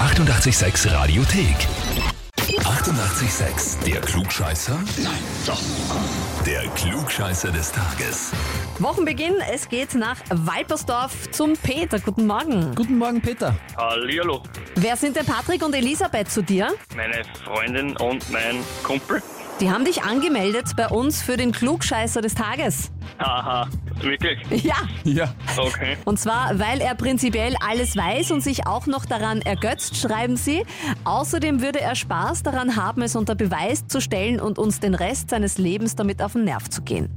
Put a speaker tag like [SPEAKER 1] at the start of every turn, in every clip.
[SPEAKER 1] 886 Radiothek. 88,6. Der Klugscheißer? Nein, doch. Der Klugscheißer des Tages.
[SPEAKER 2] Wochenbeginn, es geht nach Walpersdorf zum Peter. Guten Morgen.
[SPEAKER 3] Guten Morgen, Peter.
[SPEAKER 4] Hallihallo,
[SPEAKER 2] Wer sind denn Patrick und Elisabeth zu dir?
[SPEAKER 4] meine Freundin und mein Kumpel.
[SPEAKER 2] Die haben dich angemeldet bei uns für den Klugscheißer des Tages.
[SPEAKER 4] Haha, wirklich?
[SPEAKER 2] Ja.
[SPEAKER 3] Ja.
[SPEAKER 4] Okay.
[SPEAKER 2] Und zwar, weil er prinzipiell alles weiß und sich auch noch daran ergötzt, schreiben sie. Außerdem würde er Spaß daran haben, es unter Beweis zu stellen und uns den Rest seines Lebens damit auf den Nerv zu gehen.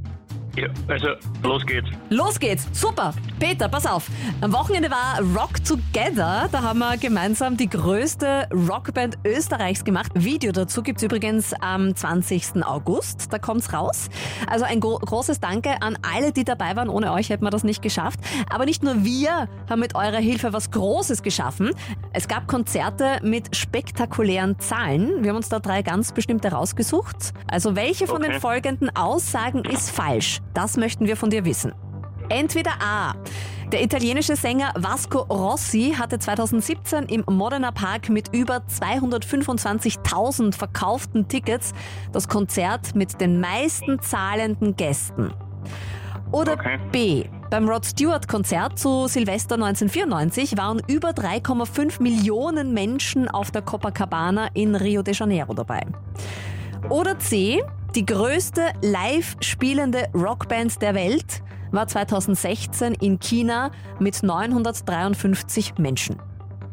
[SPEAKER 4] Ja, also, los geht's.
[SPEAKER 2] Los geht's. Super. Peter, pass auf. Am Wochenende war Rock Together. Da haben wir gemeinsam die größte Rockband Österreichs gemacht. Video dazu gibt's übrigens am 20. August. Da kommt's raus. Also ein gro großes Danke an alle, die dabei waren. Ohne euch hätten wir das nicht geschafft. Aber nicht nur wir haben mit eurer Hilfe was Großes geschaffen. Es gab Konzerte mit spektakulären Zahlen. Wir haben uns da drei ganz bestimmte rausgesucht. Also welche von den
[SPEAKER 4] Okay.
[SPEAKER 2] folgenden Aussagen ist falsch? Das möchten wir von dir wissen. Entweder A. Der italienische Sänger Vasco Rossi hatte 2017 im Modena Park mit über 225.000 verkauften Tickets das Konzert mit den meisten zahlenden Gästen. Oder
[SPEAKER 4] Okay.
[SPEAKER 2] B. Beim Rod Stewart Konzert zu Silvester 1994 waren über 3,5 Millionen Menschen auf der Copacabana in Rio de Janeiro dabei. Oder C. Die größte live spielende Rockband der Welt war 2016 in China mit 953 Menschen.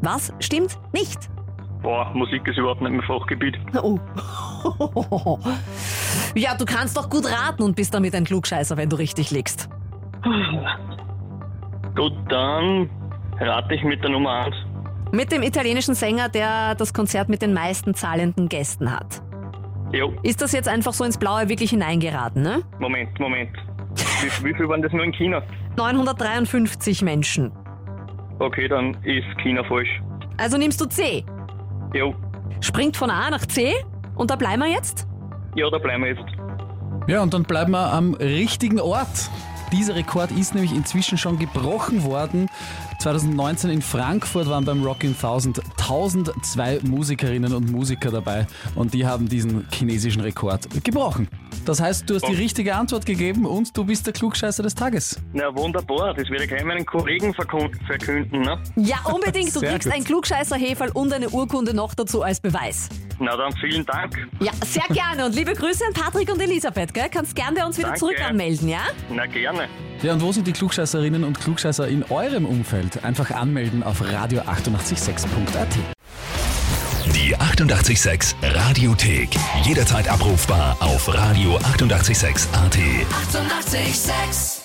[SPEAKER 2] Was stimmt nicht?
[SPEAKER 4] Boah, Musik ist überhaupt nicht mein Fachgebiet.
[SPEAKER 2] Oh. Ja, du kannst doch gut raten und bist damit ein Klugscheißer, wenn du richtig liegst.
[SPEAKER 4] Gut, dann rate ich mit der Nummer eins.
[SPEAKER 2] Mit dem italienischen Sänger, der das Konzert mit den meisten zahlenden Gästen hat.
[SPEAKER 4] Jo,
[SPEAKER 2] Ist das jetzt einfach so ins Blaue wirklich hineingeraten, ne?
[SPEAKER 4] Moment, Moment. Wie, wie viel waren das nur in China?
[SPEAKER 2] 953 Menschen.
[SPEAKER 4] Okay, dann ist China falsch.
[SPEAKER 2] Also nimmst du C.
[SPEAKER 4] Jo,
[SPEAKER 2] Springt von A nach C und da bleiben wir jetzt?
[SPEAKER 4] ja, da bleiben wir jetzt.
[SPEAKER 3] Ja, und dann bleiben wir am richtigen Ort. Dieser Rekord ist nämlich inzwischen schon gebrochen worden. 2019 in Frankfurt waren beim Rockin' 1000 1002 Musikerinnen und Musiker dabei und die haben diesen chinesischen Rekord gebrochen. Das heißt, du hast die richtige Antwort gegeben und du bist der Klugscheißer des Tages.
[SPEAKER 4] Na, wunderbar, das werde ich gleich meinen Kollegen verkun- verkünden, ne?
[SPEAKER 2] Ja, unbedingt. Du
[SPEAKER 3] Sehr
[SPEAKER 2] kriegst
[SPEAKER 3] gut.
[SPEAKER 2] ein klugscheißer Heferl und eine Urkunde noch dazu als Beweis.
[SPEAKER 4] Na dann, vielen Dank.
[SPEAKER 2] Ja, sehr gerne. Und liebe Grüße an Patrick und Elisabeth, gell? Kannst gern bei uns wieder
[SPEAKER 4] Danke.
[SPEAKER 2] zurück anmelden, ja?
[SPEAKER 4] Na, gerne.
[SPEAKER 3] Ja, und wo sind die Klugscheißerinnen und Klugscheißer in eurem Umfeld? Einfach anmelden auf radio886.at.
[SPEAKER 1] Die 88,6 Radiothek. Jederzeit abrufbar auf radio886.at. 88,6.
[SPEAKER 2] So Sex.